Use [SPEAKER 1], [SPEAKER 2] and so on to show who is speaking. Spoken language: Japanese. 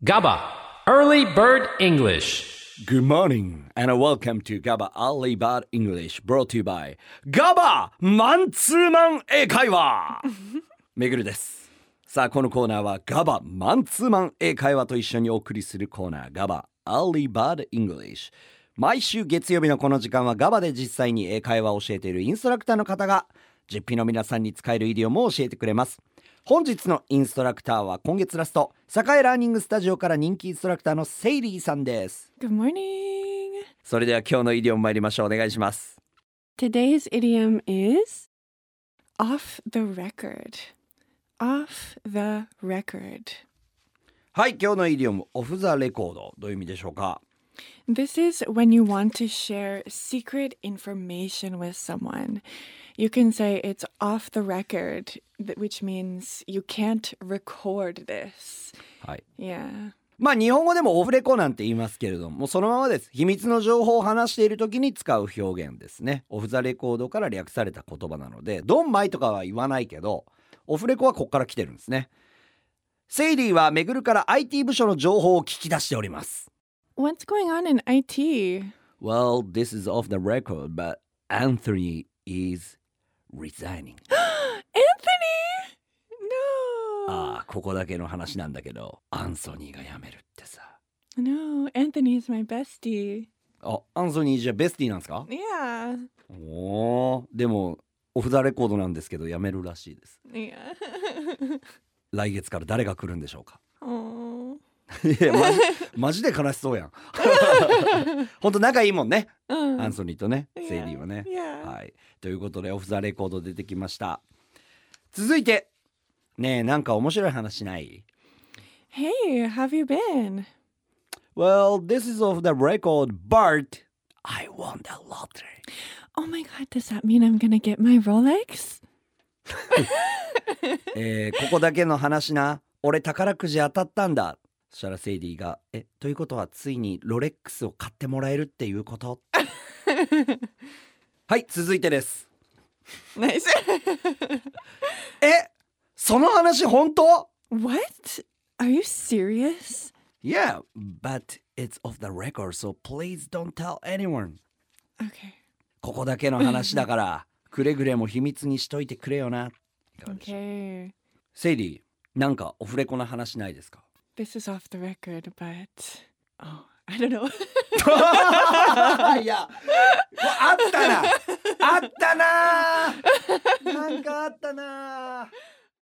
[SPEAKER 1] GABA, Early Bird English.
[SPEAKER 2] Good morning and welcome to GABA Early Bird English brought to you by GABA マンツーマン英会話めぐるですさあこのコーナーは GABA マンツーマン英会話と一緒にお送りするコーナー GABA Early Bird English 毎週月曜日のこの時間は GABA で実際に英会話を教えているインストラクターの方が実費の皆さんに使えるイディオムを教えてくれます本日のインストラクターは今月ラスト栄ラーニングスタジオから人気インストラクターのセイリーさんです
[SPEAKER 3] Good morning.
[SPEAKER 2] それでは今日のイディオム参りましょうお願いします
[SPEAKER 3] Today's idiom is off the record. Off the record.
[SPEAKER 2] はい今日のイディオムオフザレコードどういう意味でしょうか
[SPEAKER 3] This is when you want to share secret information with someone. You can say it's off the record, th- which means you can't record this.
[SPEAKER 2] はい。
[SPEAKER 3] Yeah.
[SPEAKER 2] まあ日本語でもオフレコなんて言いますけれどももうそのままです秘密の情報を話している時に使う表現ですねオフザレコードから略された言葉なのでドンマイとかは言わないけどオフレコはこっから来てるんですねセイリーはめぐるから IT 部署の情報を聞き出しております
[SPEAKER 3] What's going on in IT?
[SPEAKER 2] Well this is off the record but Anthony is resigning
[SPEAKER 3] Anthony! No.
[SPEAKER 2] ああここだけの話なんだけどアンソニーが辞めるってさ
[SPEAKER 3] No, Anthony is my bestie.
[SPEAKER 2] あアンソニーじゃベスティなんですか
[SPEAKER 3] Yeah.
[SPEAKER 2] おおでもオフ・ザ・レコードなんですけど辞めるらしいです
[SPEAKER 3] Yeah.
[SPEAKER 2] 来月から誰が来るんでしょうか
[SPEAKER 3] oh.
[SPEAKER 2] いやマ ジマジで悲しそう やんほんと仲いいもんねアンソニーとねセイリーはね
[SPEAKER 3] Yeah.
[SPEAKER 2] はいということでオフ・ザ・レコード出てきました続いてねえなんか面白い話しない
[SPEAKER 3] Hey, have you been?
[SPEAKER 2] Well this is off the record but I won the lottery
[SPEAKER 3] Oh my god, does that mean I'm gonna get my Rolex?
[SPEAKER 2] えーここだけの話な俺宝くじ当たったんだそしたらセイリーが「えということはついにロレックスを買ってもらえるっていうことはい続いてです
[SPEAKER 3] nice.
[SPEAKER 2] えその話本当
[SPEAKER 3] what? Are you serious?
[SPEAKER 2] ?Yeah but it's off the record so please don't tell anyone
[SPEAKER 3] Okay.
[SPEAKER 2] ここだけの話だからくれぐれも秘密にしといてくれよないかがでしょう
[SPEAKER 3] Okay.
[SPEAKER 2] セイリーなんかオフレコな話ないですか
[SPEAKER 3] This is off the record, but oh, I don't know.
[SPEAKER 2] いや、あったな、あったな、なんかあったな。